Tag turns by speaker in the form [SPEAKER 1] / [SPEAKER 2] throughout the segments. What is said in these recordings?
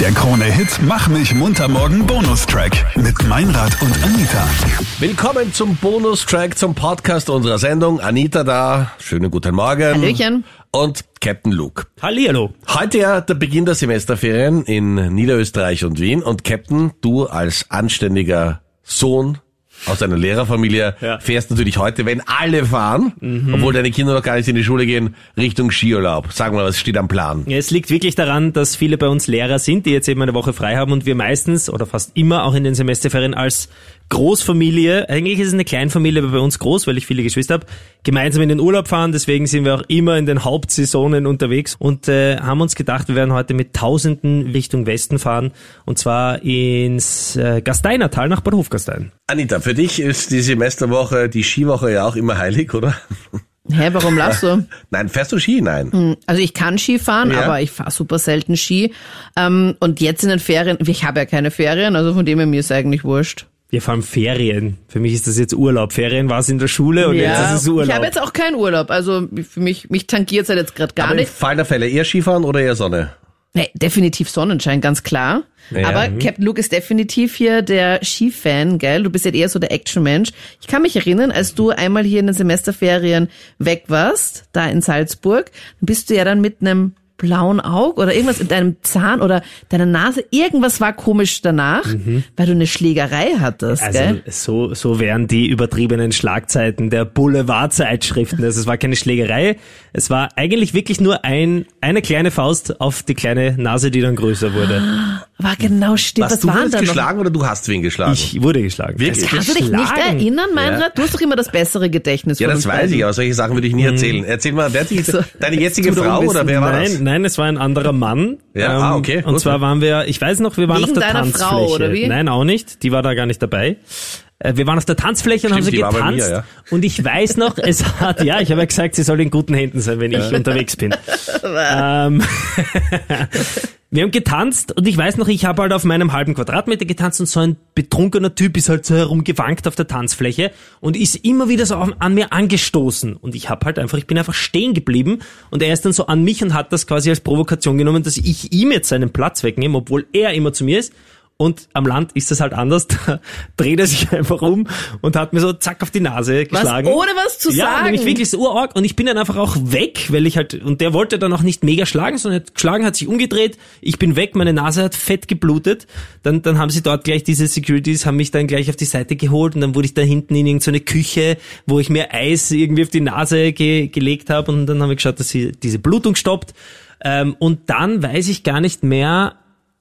[SPEAKER 1] Der Krone-Hit Mach mich munter morgen Bonustrack mit Meinrad und Anita.
[SPEAKER 2] Willkommen zum Bonustrack, zum Podcast unserer Sendung. Anita da, schönen guten Morgen.
[SPEAKER 3] Hallöchen.
[SPEAKER 2] Und Captain Luke.
[SPEAKER 4] Hallihallo.
[SPEAKER 2] Heute ja der Beginn der Semesterferien in Niederösterreich und Wien. Und Captain, du als anständiger Sohn aus einer Lehrerfamilie
[SPEAKER 4] Ja.
[SPEAKER 2] fährst natürlich heute, wenn alle fahren, obwohl deine Kinder noch gar nicht in die Schule gehen, Richtung Skiurlaub. Sag mal, was steht am Plan?
[SPEAKER 4] Ja, Es liegt wirklich daran, dass viele bei uns Lehrer sind, die jetzt eben eine Woche frei haben und wir meistens oder fast immer auch in den Semesterferien als Großfamilie, eigentlich ist es eine Kleinfamilie, aber bei uns groß, weil ich viele Geschwister habe, gemeinsam in den Urlaub fahren. Deswegen sind wir auch immer in den Hauptsaisonen unterwegs und äh, haben uns gedacht, wir werden heute mit Tausenden Richtung Westen fahren und zwar ins äh, Gasteinertal nach Bad Hofgastein.
[SPEAKER 2] Anita, für dich ist die Semesterwoche, die Skiwoche ja auch immer heilig, oder?
[SPEAKER 3] Hä, warum lachst du?
[SPEAKER 2] Nein, fährst du Ski? Nein.
[SPEAKER 3] Also ich kann Ski fahren,
[SPEAKER 2] Ja.
[SPEAKER 3] aber ich fahre super selten Ski. Ähm, und jetzt in den Ferien, ich habe ja keine Ferien, also von dem her mir ist eigentlich wurscht.
[SPEAKER 4] Wir fahren Ferien. Für mich ist das jetzt Urlaub. Ferien war es in der Schule und jetzt ist es Urlaub.
[SPEAKER 3] ich habe jetzt auch keinen Urlaub, also für mich, mich tangiert es halt jetzt gerade gar
[SPEAKER 2] Aber im
[SPEAKER 3] nicht.
[SPEAKER 2] Fall der Fälle eher Skifahren oder eher Sonne?
[SPEAKER 3] Nee, Äh, definitiv Sonnenschein, ganz klar. Aber
[SPEAKER 2] Mhm.
[SPEAKER 3] Captain Luke ist definitiv hier der Skifan, gell? Du bist ja eher so der Action-Mensch. Ich kann mich erinnern, als du einmal hier in den Semesterferien weg warst, da in Salzburg, bist du ja dann mit einem blauen Auge oder irgendwas in deinem Zahn oder deiner Nase, irgendwas war komisch danach,
[SPEAKER 2] Mhm.
[SPEAKER 3] weil du eine Schlägerei hattest,
[SPEAKER 4] Also
[SPEAKER 3] gell?
[SPEAKER 4] so, so wären die übertriebenen Schlagzeiten der Boulevardzeitschriften. Also es war keine Schlägerei, es war eigentlich wirklich nur ein, eine kleine Faust auf die kleine Nase, die dann größer wurde.
[SPEAKER 3] War genau stimmt,
[SPEAKER 2] Hast
[SPEAKER 3] was
[SPEAKER 2] du
[SPEAKER 3] waren
[SPEAKER 2] wurdest
[SPEAKER 3] da noch?
[SPEAKER 2] geschlagen oder du hast wen geschlagen?
[SPEAKER 4] Ich wurde geschlagen.
[SPEAKER 2] Wirklich?
[SPEAKER 4] Also
[SPEAKER 3] Kannst Ah. du dich nicht äh,
[SPEAKER 4] geschlagen?
[SPEAKER 3] erinnern, Meinrad? Du hast doch immer das bessere Gedächtnis
[SPEAKER 2] ja,
[SPEAKER 3] von
[SPEAKER 2] das weiß
[SPEAKER 3] uns beiden.
[SPEAKER 4] also-
[SPEAKER 2] ich, aber solche Sachen würde ich nie erzählen. Erzähl mal, wer hat dich,
[SPEAKER 3] Also,
[SPEAKER 2] deine jetzige
[SPEAKER 4] Tut Hm. doch
[SPEAKER 2] Frau
[SPEAKER 4] unwissen.
[SPEAKER 2] oder wer war
[SPEAKER 4] nein,
[SPEAKER 2] das?
[SPEAKER 4] Nein, es war ein anderer Mann. Ähm,
[SPEAKER 2] Ja, ah, okay,
[SPEAKER 4] Und
[SPEAKER 2] gut.
[SPEAKER 4] zwar waren wir, ich weiß noch, wir waren
[SPEAKER 3] Wegen
[SPEAKER 4] auf der
[SPEAKER 3] deiner
[SPEAKER 4] Tanzfläche.
[SPEAKER 3] Frau, oder wie?
[SPEAKER 4] Nein, auch nicht. Die war da gar nicht dabei. Äh, Wir waren auf der Tanzfläche und
[SPEAKER 2] Stimmt, die war
[SPEAKER 4] haben so
[SPEAKER 2] bei mir,
[SPEAKER 4] getanzt.
[SPEAKER 2] ja.
[SPEAKER 4] Und ich weiß noch, es hat, ja, ich habe ja gesagt, sie soll in guten Händen sein, wenn ich unterwegs bin. ähm, wir haben getanzt und ich weiß noch, ich habe halt auf meinem halben Quadratmeter getanzt und so ein betrunkener Typ ist halt so herumgewankt auf der Tanzfläche und ist immer wieder so auf, an mir angestoßen. Und ich habe halt einfach, ich bin einfach stehen geblieben und er ist dann so an mich und hat das quasi als Provokation genommen, dass ich ihm jetzt seinen Platz wegnehme, obwohl er immer zu mir ist. Und am Land ist das halt anders. Da dreht er sich einfach um und hat mir so zack auf die Nase geschlagen.
[SPEAKER 3] ohne was zu
[SPEAKER 4] ja,
[SPEAKER 3] sagen?
[SPEAKER 4] nämlich wirklich so urorg. Und ich bin dann einfach auch weg, weil ich halt, und der wollte dann auch nicht mega schlagen, sondern hat geschlagen, hat sich umgedreht. Ich bin weg, meine Nase hat fett geblutet. Dann, dann haben sie dort gleich diese Securities, haben mich dann gleich auf die Seite geholt und dann wurde ich da hinten in irgendeine Küche, wo ich mir Eis irgendwie auf die Nase ge gelegt habe und dann haben wir geschaut, dass sie diese Blutung stoppt. Ähm, und dann weiß ich gar nicht mehr,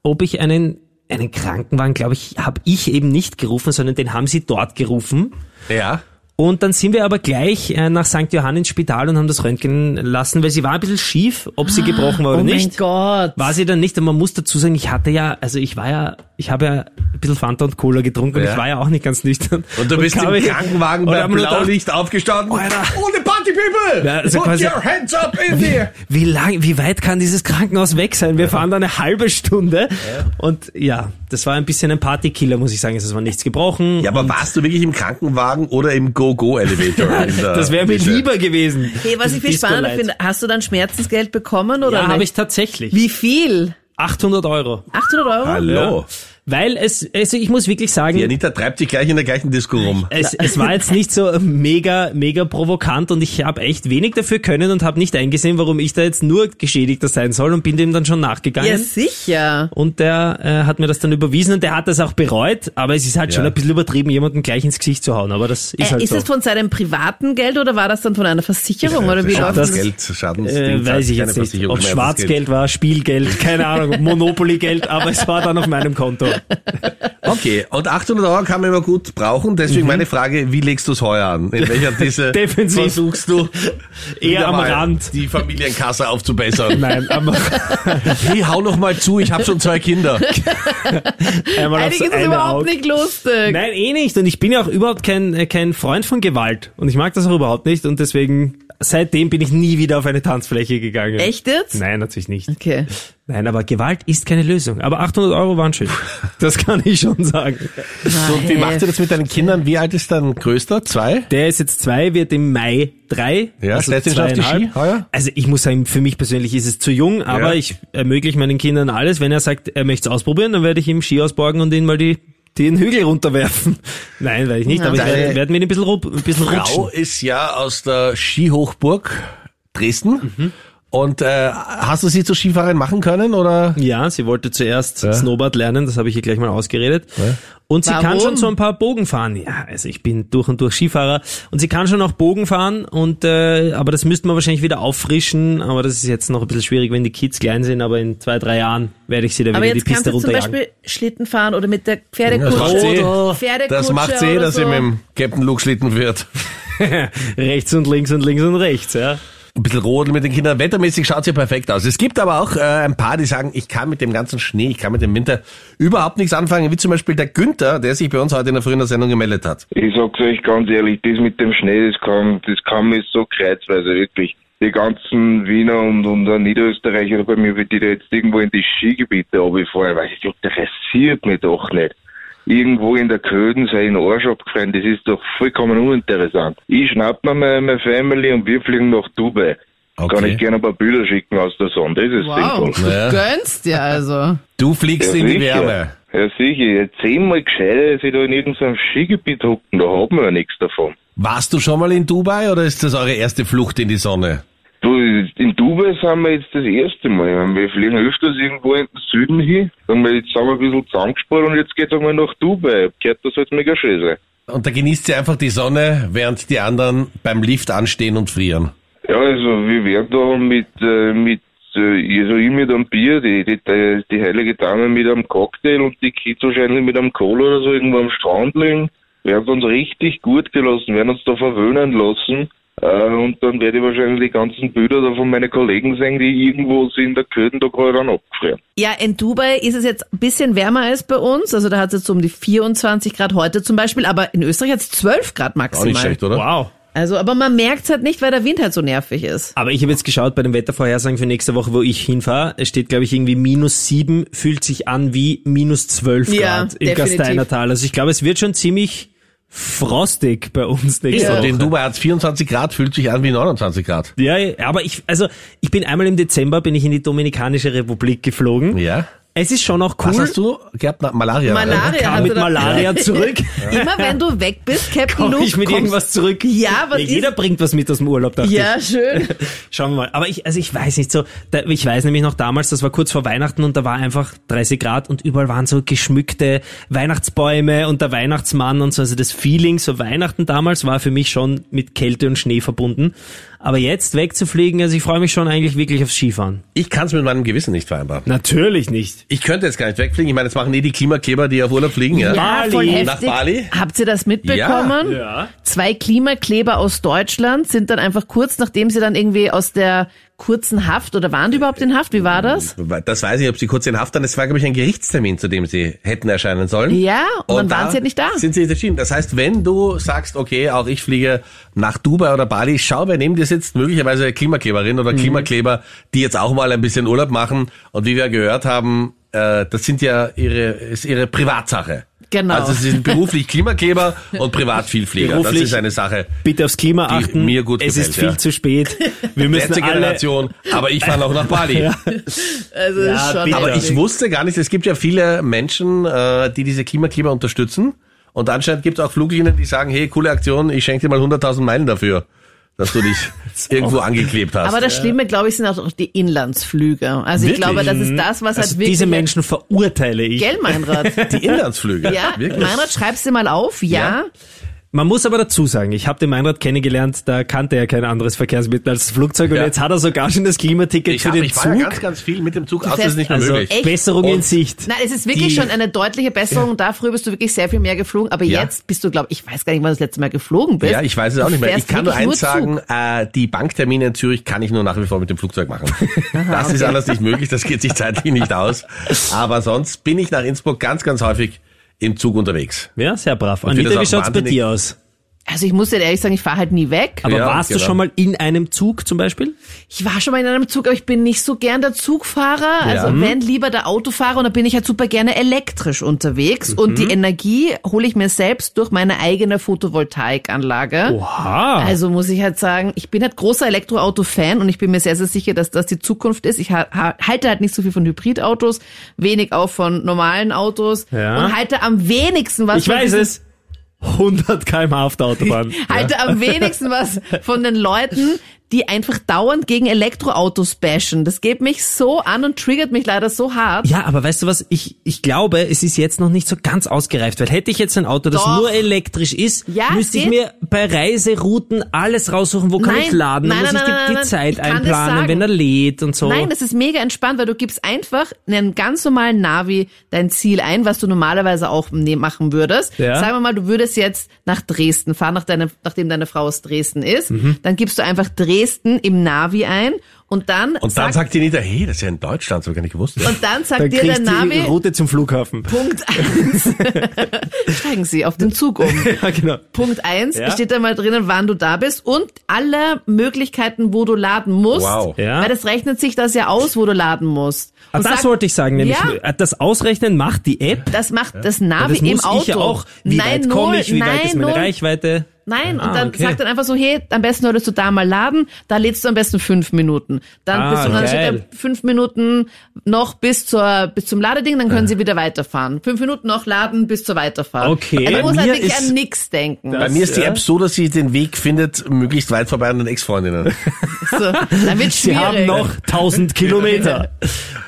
[SPEAKER 4] ob ich einen einen Krankenwagen, glaube ich, habe ich eben nicht gerufen, sondern den haben sie dort gerufen.
[SPEAKER 2] Ja.
[SPEAKER 4] Und dann sind wir aber gleich äh, nach St. Johann ins Spital und haben das röntgen lassen, weil sie war ein bisschen schief, ob sie gebrochen war
[SPEAKER 3] Oh
[SPEAKER 4] oder
[SPEAKER 3] mein
[SPEAKER 4] nicht.
[SPEAKER 3] Gott.
[SPEAKER 4] War sie dann nicht, und man muss dazu sagen, ich hatte ja, also ich war ja, ich habe ja ein bisschen Fanta und Cola getrunken
[SPEAKER 2] Ja.
[SPEAKER 4] und ich war ja auch nicht ganz nüchtern.
[SPEAKER 2] Und du bist
[SPEAKER 4] kam
[SPEAKER 2] im
[SPEAKER 4] ich-
[SPEAKER 2] Krankenwagen
[SPEAKER 4] und
[SPEAKER 2] bei
[SPEAKER 4] hab mir nur gedacht, Oh,
[SPEAKER 2] Blaulicht aufgestanden.
[SPEAKER 4] Alter.
[SPEAKER 2] Ohne Party People!
[SPEAKER 4] Ja, also
[SPEAKER 2] Put
[SPEAKER 4] quasi-
[SPEAKER 2] your hands up in the air!
[SPEAKER 4] Wie lang, wie weit kann dieses Krankenhaus weg sein? Wir fahren da eine halbe Stunde. Und ja, das war ein bisschen ein Partykiller, muss ich sagen. Es war nichts gebrochen.
[SPEAKER 2] Ja, aber
[SPEAKER 4] und
[SPEAKER 2] warst du wirklich im Krankenwagen oder im Go-Go-Elevator? in der
[SPEAKER 4] das wäre mir
[SPEAKER 2] Mitte?
[SPEAKER 4] lieber gewesen.
[SPEAKER 3] Hey, was ich viel
[SPEAKER 4] Disco
[SPEAKER 3] spannender
[SPEAKER 4] Light.
[SPEAKER 3] finde, hast du dann Schmerzensgeld bekommen oder
[SPEAKER 4] Ja,
[SPEAKER 3] nicht?
[SPEAKER 4] habe ich tatsächlich.
[SPEAKER 3] Wie viel?
[SPEAKER 4] 800 Euro.
[SPEAKER 3] 800 Euro?
[SPEAKER 2] Hallo.
[SPEAKER 4] Weil es, also ich muss wirklich sagen,
[SPEAKER 2] Die Anita treibt dich gleich in der gleichen Disco rum.
[SPEAKER 4] es, es war jetzt nicht so mega, mega provokant und ich habe echt wenig dafür können und habe nicht eingesehen, warum ich da jetzt nur Geschädigter sein soll und bin dem dann schon nachgegangen.
[SPEAKER 3] Ja, sicher.
[SPEAKER 4] Und der äh, hat mir das dann überwiesen und der hat das auch bereut, aber es ist halt
[SPEAKER 2] Ja.
[SPEAKER 4] schon ein bisschen übertrieben, jemanden ggleich ins Gesicht zu hauen, aber das ist
[SPEAKER 3] Äh,
[SPEAKER 4] halt
[SPEAKER 3] ist
[SPEAKER 4] so.
[SPEAKER 3] es von seinem privaten Geld oder war das dann von einer Versicherung
[SPEAKER 4] halt
[SPEAKER 3] oder wie läuft
[SPEAKER 2] das
[SPEAKER 3] das?
[SPEAKER 2] Geld, Schadensding,
[SPEAKER 4] äh, weiß ich
[SPEAKER 2] keine
[SPEAKER 4] jetzt nicht,
[SPEAKER 2] Versicherung
[SPEAKER 4] ob
[SPEAKER 2] mehr, das
[SPEAKER 4] Schwarzgeld war, Spielgeld, keine Ahnung, Monopoly-Geld, aber es war dann auf meinem Konto.
[SPEAKER 2] Okay, und 800 Euro kann man immer gut brauchen. Deswegen meine Frage, wie legst du es heuer an? In welcher diese
[SPEAKER 4] Mhm. Defensiv.
[SPEAKER 2] versuchst du wieder
[SPEAKER 4] am
[SPEAKER 2] mal
[SPEAKER 4] Rand.
[SPEAKER 2] die Familienkasse aufzubessern?
[SPEAKER 4] Nein, aber
[SPEAKER 2] Hey, hau noch mal zu, ich habe schon zwei Kinder.
[SPEAKER 4] einmal aufs
[SPEAKER 3] Eigentlich ist es
[SPEAKER 4] eine
[SPEAKER 3] überhaupt
[SPEAKER 4] Auge.
[SPEAKER 3] nicht lustig.
[SPEAKER 4] Nein, eh nicht. Und ich bin ja auch überhaupt kein, äh, kein Freund von Gewalt. Und ich mag das auch überhaupt nicht. Und deswegen seitdem bin ich nie wieder auf eine Tanzfläche gegangen.
[SPEAKER 3] Echt jetzt?
[SPEAKER 4] Nein, natürlich nicht.
[SPEAKER 3] Okay.
[SPEAKER 4] Nein, aber Gewalt ist keine Lösung. Aber 800 Euro waren schön. Das kann ich schon sagen.
[SPEAKER 2] So, und wie macht ihr das mit deinen Kindern? Wie alt ist dein Größter? Zwei?
[SPEAKER 4] Der ist jetzt zwei, wird im Mai drei.
[SPEAKER 2] Ja, setzt ihn schon auf die
[SPEAKER 4] Also zweieinhalb.
[SPEAKER 2] Ski heuer?
[SPEAKER 4] Also ich muss sagen, für mich persönlich ist es zu jung,
[SPEAKER 2] Ja.
[SPEAKER 4] aber ich ermögliche meinen Kindern alles. Wenn er sagt, er möchte es ausprobieren, dann werde ich ihm Ski ausborgen und ihn mal die den Hügel runterwerfen. Nein, werde ich nicht,
[SPEAKER 3] Ja.
[SPEAKER 4] aber ich
[SPEAKER 2] Deine
[SPEAKER 4] werde, werde mir ein bisschen, rup, ein bisschen
[SPEAKER 2] Frau
[SPEAKER 4] rutschen.
[SPEAKER 2] ist ja aus der Skihochburg Dresden.
[SPEAKER 4] Mhm.
[SPEAKER 2] Und äh, hast du sie zur Skifahrerin machen können oder?
[SPEAKER 4] Ja, sie wollte zuerst Snowboard lernen, das habe ich ihr gleich mal ausgeredet. Und sie kann
[SPEAKER 3] Warum?
[SPEAKER 4] schon so ein paar Bogen fahren. Ja, also ich bin durch und durch Skifahrer und sie kann schon auch Bogen fahren und äh, aber das müssten wir wahrscheinlich wieder auffrischen, aber das ist jetzt noch ein bisschen schwierig, wenn die Kids klein sind, aber in zwei, drei Jahren werde ich sie dann
[SPEAKER 3] Aber
[SPEAKER 4] wieder die
[SPEAKER 3] jetzt kannst
[SPEAKER 4] Piste
[SPEAKER 3] du zum
[SPEAKER 4] runterjagen.
[SPEAKER 3] Beispiel Schlitten fahren oder mit der
[SPEAKER 2] Das macht sie,
[SPEAKER 3] Pferdekutsche. Pferdekutsche
[SPEAKER 2] das macht sie
[SPEAKER 3] oder
[SPEAKER 2] dass
[SPEAKER 3] so.
[SPEAKER 2] sie mit dem Captain Luke Schlitten wird.
[SPEAKER 4] rechts und links und links und rechts, ja.
[SPEAKER 2] Ein bisschen rodeln mit den Kindern. Wettermäßig schaut sie perfekt aus. Es gibt aber auch äh, ein paar, die sagen, ich kann mit dem ganzen Schnee, ich kann mit dem Winter überhaupt nichts anfangen. Wie zum Beispiel der Günther, der sich bei uns heute in der frühen Sendung gemeldet hat.
[SPEAKER 5] Ich sag's euch ganz ehrlich, das mit dem Schnee, das kam, das kam mir so kreuzweise, wirklich. Die ganzen Wiener und, und auch Niederösterreicher bei mir, die da jetzt irgendwo in die Skigebiete runterfahren, weil ich dachte, interessiert mich doch nicht. Irgendwo in der Köden sei ich in den Arsch abgefallen, das ist doch vollkommen uninteressant. Ich schnapp mir meine, meine Family und wir fliegen nach Dubai.
[SPEAKER 2] Okay.
[SPEAKER 5] Kann ich gerne ein paar Bilder schicken aus der Sonne, das ist
[SPEAKER 3] Wow,
[SPEAKER 5] sinnvoll.
[SPEAKER 2] Ja.
[SPEAKER 3] du gönnst dir also.
[SPEAKER 2] Du fliegst in die
[SPEAKER 5] sicher.
[SPEAKER 2] Wärme.
[SPEAKER 5] Ja, sicher. Ja, Zehnmal gescheiter, als ich da in irgendeinem Skigebiet hocken, da haben wir ja nichts davon.
[SPEAKER 2] Warst du schon mal in Dubai oder ist das eure erste Flucht in die Sonne?
[SPEAKER 5] Du, in Dubai sind wir jetzt das erste Mal. Ich meine, Wir fliegen öfters irgendwo in den Süden hin. Sagen wir, jetzt sind wir ein bisschen zusammengespart und jetzt geht's einmal nach Dubai. Ich hab gehört, das soll's mega schön sein.
[SPEAKER 2] Und da genießt sie einfach die Sonne, während die anderen beim Lift anstehen und frieren.
[SPEAKER 5] Ja, also wir werden da mit, äh, mit äh, also ich mit einem Bier, die, die, die, die heilige Dame mit einem Cocktail und die Kids wahrscheinlich mit einem Cola oder so irgendwo am Strand liegen. Werden uns richtig gut gelassen, werden uns da verwöhnen lassen. Äh, und dann werde ich wahrscheinlich die ganzen Bilder da von meinen Kollegen sehen, die irgendwo sind in der Köden da gerade dann abgefrieren.
[SPEAKER 3] Ja, in Dubai ist es jetzt ein bisschen wärmer als bei uns. Also da hat es jetzt so um die 24 Grad heute zum Beispiel, aber in Österreich hat es 12 Grad
[SPEAKER 2] Auch nicht
[SPEAKER 3] maximal.
[SPEAKER 2] schlecht, oder?
[SPEAKER 4] Wow.
[SPEAKER 3] Also, aber man merkt es halt nicht, weil der Wind halt so nervig ist.
[SPEAKER 4] Aber ich habe jetzt geschaut bei den Wettervorhersagen für nächste Woche, wo ich hinfahre. Es steht, glaube ich, irgendwie minus sieben, fühlt sich an wie minus zwölf
[SPEAKER 3] Ja,
[SPEAKER 4] Grad im
[SPEAKER 3] definitiv.
[SPEAKER 4] Gasteinertal. Also ich glaube, es wird schon ziemlich frostig bei uns nächste
[SPEAKER 2] Und
[SPEAKER 4] Woche.
[SPEAKER 2] in Dubai hat 24 Grad, fühlt sich an wie 29 Grad.
[SPEAKER 4] Ja, ja, aber ich, also ich bin einmal im Dezember bin ich in die Dominikanische Republik geflogen.
[SPEAKER 2] Ja.
[SPEAKER 4] Es ist schon auch cool.
[SPEAKER 2] Was hast du gehabt? Na, Malaria.
[SPEAKER 3] Malaria.
[SPEAKER 4] Kam
[SPEAKER 3] hast
[SPEAKER 4] mit
[SPEAKER 3] du also da-
[SPEAKER 4] Malaria zurück.
[SPEAKER 3] Immer wenn du weg bist, Captain
[SPEAKER 4] Komm
[SPEAKER 3] Luke,
[SPEAKER 4] ich mit
[SPEAKER 3] kommst-
[SPEAKER 4] irgendwas zurück.
[SPEAKER 3] Ja, was ist-
[SPEAKER 4] jeder bringt was mit aus dem Urlaub, dachte ich.
[SPEAKER 3] Ja, schön.
[SPEAKER 4] Schauen wir mal. Aber ich, also ich weiß nicht so, da, ich weiß nämlich noch damals, das war kurz vor Weihnachten und da war einfach 30 Grad und überall waren so geschmückte Weihnachtsbäume und der Weihnachtsmann und so. Also das Feeling so Weihnachten damals war für mich schon mit Kälte und Schnee verbunden. Aber jetzt wegzufliegen, also ich freue mich schon eigentlich wirklich aufs Skifahren.
[SPEAKER 2] Ich kann es mit meinem Gewissen nicht vereinbaren.
[SPEAKER 4] Natürlich nicht.
[SPEAKER 2] Ich könnte jetzt gar nicht wegfliegen. Ich meine, das machen eh die Klimakleber, die auf Urlaub fliegen. Ja.
[SPEAKER 3] Ja,
[SPEAKER 4] Bali.
[SPEAKER 3] voll heftig.
[SPEAKER 2] Nach Bali?
[SPEAKER 3] Habt ihr das mitbekommen?
[SPEAKER 4] Ja.
[SPEAKER 3] Zwei Klimakleber aus Deutschland sind dann einfach kurz, nachdem sie dann irgendwie aus der kurzen Haft oder waren die überhaupt in Haft? Wie war das?
[SPEAKER 2] Das weiß ich, nicht, ob sie kurz in Haft waren. Es war, glaube ich, ein Gerichtstermin, zu dem sie hätten erscheinen sollen.
[SPEAKER 3] Ja, und dann waren sie halt nicht da.
[SPEAKER 2] Mhm. Sind sie nicht erschienen. Das heißt, wenn du sagst, okay, auch ich fliege nach Dubai oder Bali, schau, wer neben dir sitzt, möglicherweise eine Klimakleberin
[SPEAKER 3] Mhm.
[SPEAKER 2] oder Klimakleber, die jetzt auch mal ein bisschen Urlaub machen. Und wie wir gehört haben, äh, das sind ja ihre, ist ihre Privatsache.
[SPEAKER 3] Genau.
[SPEAKER 2] Also sie sind beruflich Klimakleber und privat Vielflieger.
[SPEAKER 4] Beruflich
[SPEAKER 2] das ist eine Sache.
[SPEAKER 4] Bitte aufs Klima
[SPEAKER 2] Die
[SPEAKER 4] achten.
[SPEAKER 2] mir gut
[SPEAKER 4] es
[SPEAKER 2] gefällt,
[SPEAKER 4] ist viel
[SPEAKER 2] ja.
[SPEAKER 4] zu spät. Wir müssen
[SPEAKER 2] Letzte
[SPEAKER 4] alle
[SPEAKER 2] Generation, aber ich fahre auch nach Bali.
[SPEAKER 4] Ja.
[SPEAKER 3] Also
[SPEAKER 4] Ja,
[SPEAKER 3] ist schon
[SPEAKER 4] bitte.
[SPEAKER 2] Aber
[SPEAKER 4] Ja.
[SPEAKER 2] ich wusste gar nicht, es gibt ja viele Menschen, äh, die diese Klimakleber unterstützen. Und anscheinend gibt es auch Fluglinien, die sagen, hey, coole Aktion, ich schenke dir mal 100.000 Meilen dafür, dass du dich irgendwo angeklebt hast.
[SPEAKER 3] Aber das Schlimme, glaube ich, sind auch die Inlandsflüge. Also ich
[SPEAKER 2] Wirklich?
[SPEAKER 3] glaube, das ist das, was
[SPEAKER 4] Also
[SPEAKER 3] halt wirklich...
[SPEAKER 4] diese Menschen verurteile ich.
[SPEAKER 3] Gell, Meinrad?
[SPEAKER 2] die Inlandsflüge.
[SPEAKER 3] ja,
[SPEAKER 2] wirklich.
[SPEAKER 3] Meinrad, schreib's dir mal auf, ja.
[SPEAKER 4] Man muss aber dazu sagen, ich habe den Meinrad kennengelernt, da kannte er kein anderes Verkehrsmittel als das Flugzeug und
[SPEAKER 2] Ja.
[SPEAKER 4] jetzt hat er sogar schon das Klimaticket
[SPEAKER 2] Ich,
[SPEAKER 4] für
[SPEAKER 2] hab,
[SPEAKER 4] den
[SPEAKER 2] ich fahre ja
[SPEAKER 4] Zug.
[SPEAKER 2] ganz, genau ganz viel mit dem Zug, außer
[SPEAKER 3] fährst-
[SPEAKER 2] es ist nicht mehr
[SPEAKER 4] also
[SPEAKER 2] möglich.
[SPEAKER 3] Echt?
[SPEAKER 4] Besserung in
[SPEAKER 2] Und-
[SPEAKER 4] Sicht.
[SPEAKER 3] Nein, es ist wirklich
[SPEAKER 4] Die-
[SPEAKER 3] schon eine deutliche Besserung. Da früher bist du wirklich sehr viel mehr geflogen. Aber
[SPEAKER 2] Ja.
[SPEAKER 3] jetzt bist du, glaube ich, weiß gar nicht, wann du das letzte Mal geflogen bist.
[SPEAKER 2] Ja, ich weiß es auch
[SPEAKER 3] Du
[SPEAKER 2] nicht mehr. Ich
[SPEAKER 3] fährst
[SPEAKER 2] kann nur
[SPEAKER 3] wirklich
[SPEAKER 2] eins sagen,
[SPEAKER 3] Zug.
[SPEAKER 2] äh, die Banktermine in Zürich kann ich nur nach wie vor mit dem Flugzeug machen. das ist anders nicht möglich, das geht sich zeitlich nicht aus. Aber sonst bin ich nach Innsbruck ganz, ganz häufig im Zug unterwegs.
[SPEAKER 4] Ja, sehr brav.
[SPEAKER 2] finde
[SPEAKER 4] Anita, wie
[SPEAKER 2] das auch
[SPEAKER 4] schaut's bei
[SPEAKER 2] wahnsinnig-
[SPEAKER 4] dir aus?
[SPEAKER 3] Also ich muss dir ehrlich sagen, ich fahre halt nie weg.
[SPEAKER 4] Aber
[SPEAKER 2] Ja,
[SPEAKER 4] warst du
[SPEAKER 2] genau.
[SPEAKER 4] schon mal in einem Zug zum Beispiel?
[SPEAKER 3] Ich war schon mal in einem Zug, aber ich bin nicht so gern der Zugfahrer. Also
[SPEAKER 4] Mhm.
[SPEAKER 3] wenn lieber der Autofahrer und da bin ich halt super gerne elektrisch unterwegs.
[SPEAKER 4] Mhm.
[SPEAKER 3] Und die Energie hole ich mir selbst durch meine eigene Photovoltaikanlage.
[SPEAKER 4] Oha.
[SPEAKER 3] Also muss ich halt sagen, ich bin halt großer Elektroauto-Fan und ich bin mir sehr, sehr sicher, dass das die Zukunft ist. Ich ha- ha- halte halt nicht so viel von Hybridautos, wenig auch von normalen Autos
[SPEAKER 4] Ja.
[SPEAKER 3] und halte am wenigsten was
[SPEAKER 4] ich
[SPEAKER 3] von
[SPEAKER 4] weiß
[SPEAKER 3] diesen-
[SPEAKER 4] es. 100 km/h auf der Autobahn.
[SPEAKER 3] halte am wenigsten was von den Leuten, die einfach dauernd gegen Elektroautos bashen. Das geht mich so an und triggert mich leider so hart.
[SPEAKER 4] Ja, aber weißt du was? Ich, ich glaube, es ist jetzt noch nicht so ganz ausgereift, weil hätte ich jetzt ein Auto, das
[SPEAKER 3] Doch.
[SPEAKER 4] nur elektrisch ist,
[SPEAKER 3] Ja,
[SPEAKER 4] müsste ich
[SPEAKER 3] geht.
[SPEAKER 4] mir bei Reiserouten alles raussuchen, wo kann
[SPEAKER 3] Nein.
[SPEAKER 4] ich laden,
[SPEAKER 3] Nein,
[SPEAKER 4] dann muss
[SPEAKER 3] nein,
[SPEAKER 4] ich
[SPEAKER 3] nein,
[SPEAKER 4] die,
[SPEAKER 3] nein,
[SPEAKER 4] die
[SPEAKER 3] nein.
[SPEAKER 4] Zeit
[SPEAKER 3] Ich kann das
[SPEAKER 4] einplanen,
[SPEAKER 3] sagen.
[SPEAKER 4] wenn er lädt und so.
[SPEAKER 3] Nein, das ist mega entspannt, weil du gibst einfach einen ganz normalen Navi dein Ziel ein, was du normalerweise auch ne- machen würdest.
[SPEAKER 4] Ja.
[SPEAKER 3] Sagen wir mal, du würdest jetzt nach Dresden fahren, nach deinem, nachdem deine Frau aus Dresden ist.
[SPEAKER 4] Mhm.
[SPEAKER 3] Dann gibst du einfach Dresden im Navi ein und dann,
[SPEAKER 2] Und dann sagt die Nita, hey, das ist ja in Deutschland, so gar nicht gewusst.
[SPEAKER 3] und dann sagt
[SPEAKER 4] dann
[SPEAKER 3] dir
[SPEAKER 4] kriegst
[SPEAKER 3] der
[SPEAKER 4] du
[SPEAKER 3] Navi
[SPEAKER 4] die Route zum Flughafen.
[SPEAKER 3] Punkt eins. Steigen Sie auf den Zug um.
[SPEAKER 4] ja, genau.
[SPEAKER 3] Punkt eins
[SPEAKER 4] Ja.
[SPEAKER 3] steht da mal drinnen, wann du da bist und alle Möglichkeiten, wo du laden musst.
[SPEAKER 2] Wow.
[SPEAKER 4] Ja.
[SPEAKER 3] Weil das rechnet sich das ja aus, wo du laden musst.
[SPEAKER 4] Ah,
[SPEAKER 3] Und
[SPEAKER 4] das
[SPEAKER 3] sag-
[SPEAKER 4] wollte ich sagen, nämlich
[SPEAKER 3] Ja.
[SPEAKER 4] äh, das Ausrechnen macht die App.
[SPEAKER 3] Das macht das Navi
[SPEAKER 4] das muss
[SPEAKER 3] im Auto.
[SPEAKER 4] ich ja auch. Wie
[SPEAKER 3] nein,
[SPEAKER 4] weit
[SPEAKER 3] null,
[SPEAKER 4] komme ich? Wie
[SPEAKER 3] nein,
[SPEAKER 4] weit ist meine
[SPEAKER 3] null.
[SPEAKER 4] Reichweite?
[SPEAKER 3] Nein,
[SPEAKER 4] Ah,
[SPEAKER 3] und dann
[SPEAKER 4] okay.
[SPEAKER 3] sagt dann einfach so, hey, am besten solltest du da mal laden, da lädst du am besten fünf Minuten. Dann
[SPEAKER 4] Ah,
[SPEAKER 3] bist du, dann
[SPEAKER 4] geil.
[SPEAKER 3] steht da fünf Minuten noch bis zur, bis zum Ladeding, dann können sie wieder weiterfahren. Fünf Minuten noch laden bis zur Weiterfahrt.
[SPEAKER 4] Okay.
[SPEAKER 3] Also
[SPEAKER 4] Bei
[SPEAKER 3] man muss halt
[SPEAKER 4] mir
[SPEAKER 3] wirklich
[SPEAKER 4] ist-
[SPEAKER 3] an nichts denken.
[SPEAKER 2] Bei mir ist die App so, dass sie den Weg findet, möglichst weit vorbei an den Ex-Freundinnen.
[SPEAKER 3] So, dann wird schwierig.
[SPEAKER 4] Sie haben noch 1000 Kilometer.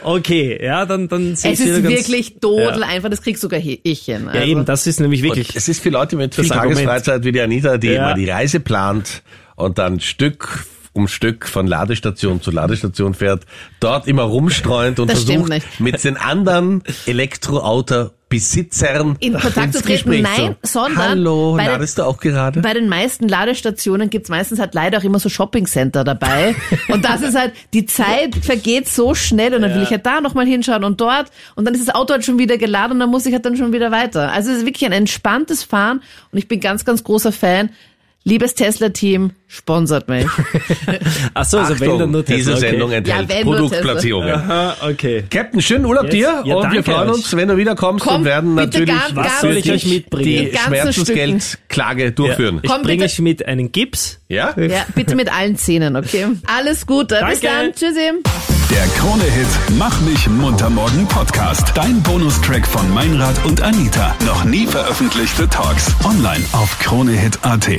[SPEAKER 4] Okay, ja, dann, dann sehe
[SPEAKER 3] es
[SPEAKER 4] ich
[SPEAKER 3] ist
[SPEAKER 4] wieder ganz-
[SPEAKER 3] wirklich dodel
[SPEAKER 4] Ja.
[SPEAKER 3] einfach, das kriegst sogar he- ich hin.
[SPEAKER 4] Ja,
[SPEAKER 3] Also,
[SPEAKER 4] eben, das ist nämlich wirklich.
[SPEAKER 2] Und es ist für Leute mit viel
[SPEAKER 4] Viel
[SPEAKER 2] Tagesfreizeit wie die Anita, die
[SPEAKER 4] Ja.
[SPEAKER 2] immer die Reise plant und dann Stück um Stück von Ladestation zu Ladestation fährt, dort immer rumstreuend und
[SPEAKER 3] Das stimmt
[SPEAKER 2] versucht
[SPEAKER 3] nicht.
[SPEAKER 2] mit den anderen Elektroauto-Besitzern
[SPEAKER 3] In Kontakt
[SPEAKER 2] ins
[SPEAKER 3] zu treten,
[SPEAKER 2] Gespräch
[SPEAKER 3] nein, sondern
[SPEAKER 2] Hallo,
[SPEAKER 3] bei der-
[SPEAKER 2] ladest du auch gerade?
[SPEAKER 3] bei den meisten Ladestationen gibt's meistens halt leider auch immer so Shoppingcenter dabei. Und das ist halt, die Zeit vergeht so schnell und dann will ich halt da nochmal hinschauen und dort. Und dann ist das Auto halt schon wieder geladen und dann muss ich halt dann schon wieder weiter. Also es ist wirklich ein entspanntes Fahren und ich bin ganz, ganz großer Fan. Liebes Tesla-Team, sponsert mich.
[SPEAKER 4] Ach so, also wenn dann nur Tesla.
[SPEAKER 2] diese
[SPEAKER 4] okay.
[SPEAKER 2] Sendung enthält
[SPEAKER 3] Ja, wenn nur
[SPEAKER 2] Produktplatzierungen.
[SPEAKER 4] Aha, okay.
[SPEAKER 2] Captain, schönen Urlaub
[SPEAKER 4] Yes.
[SPEAKER 2] dir
[SPEAKER 4] Ja,
[SPEAKER 2] und wir
[SPEAKER 4] danke
[SPEAKER 2] freuen
[SPEAKER 4] euch.
[SPEAKER 2] uns, wenn du wiederkommst
[SPEAKER 3] Komm,
[SPEAKER 2] und werden
[SPEAKER 3] bitte
[SPEAKER 2] natürlich
[SPEAKER 3] gar- gar
[SPEAKER 4] Was soll ich
[SPEAKER 2] für
[SPEAKER 4] euch
[SPEAKER 2] dich
[SPEAKER 4] mitbringen?
[SPEAKER 2] die
[SPEAKER 3] ganzen
[SPEAKER 2] Schmerzensgeldklage durchführen.
[SPEAKER 4] Ich
[SPEAKER 3] Komm,
[SPEAKER 4] bringe
[SPEAKER 3] bitte.
[SPEAKER 4] euch mit einen Gips.
[SPEAKER 2] Ja?
[SPEAKER 3] Ja, bitte mit allen Zähnen, okay? Alles Gute. Bis
[SPEAKER 4] Danke.
[SPEAKER 3] dann. Tschüssi.
[SPEAKER 1] Der Krone-Hit Mach mich munter morgen Podcast. Dein Bonustrack von Meinrad und Anita. Noch nie veröffentlichte Talks. Online auf kronehit.at.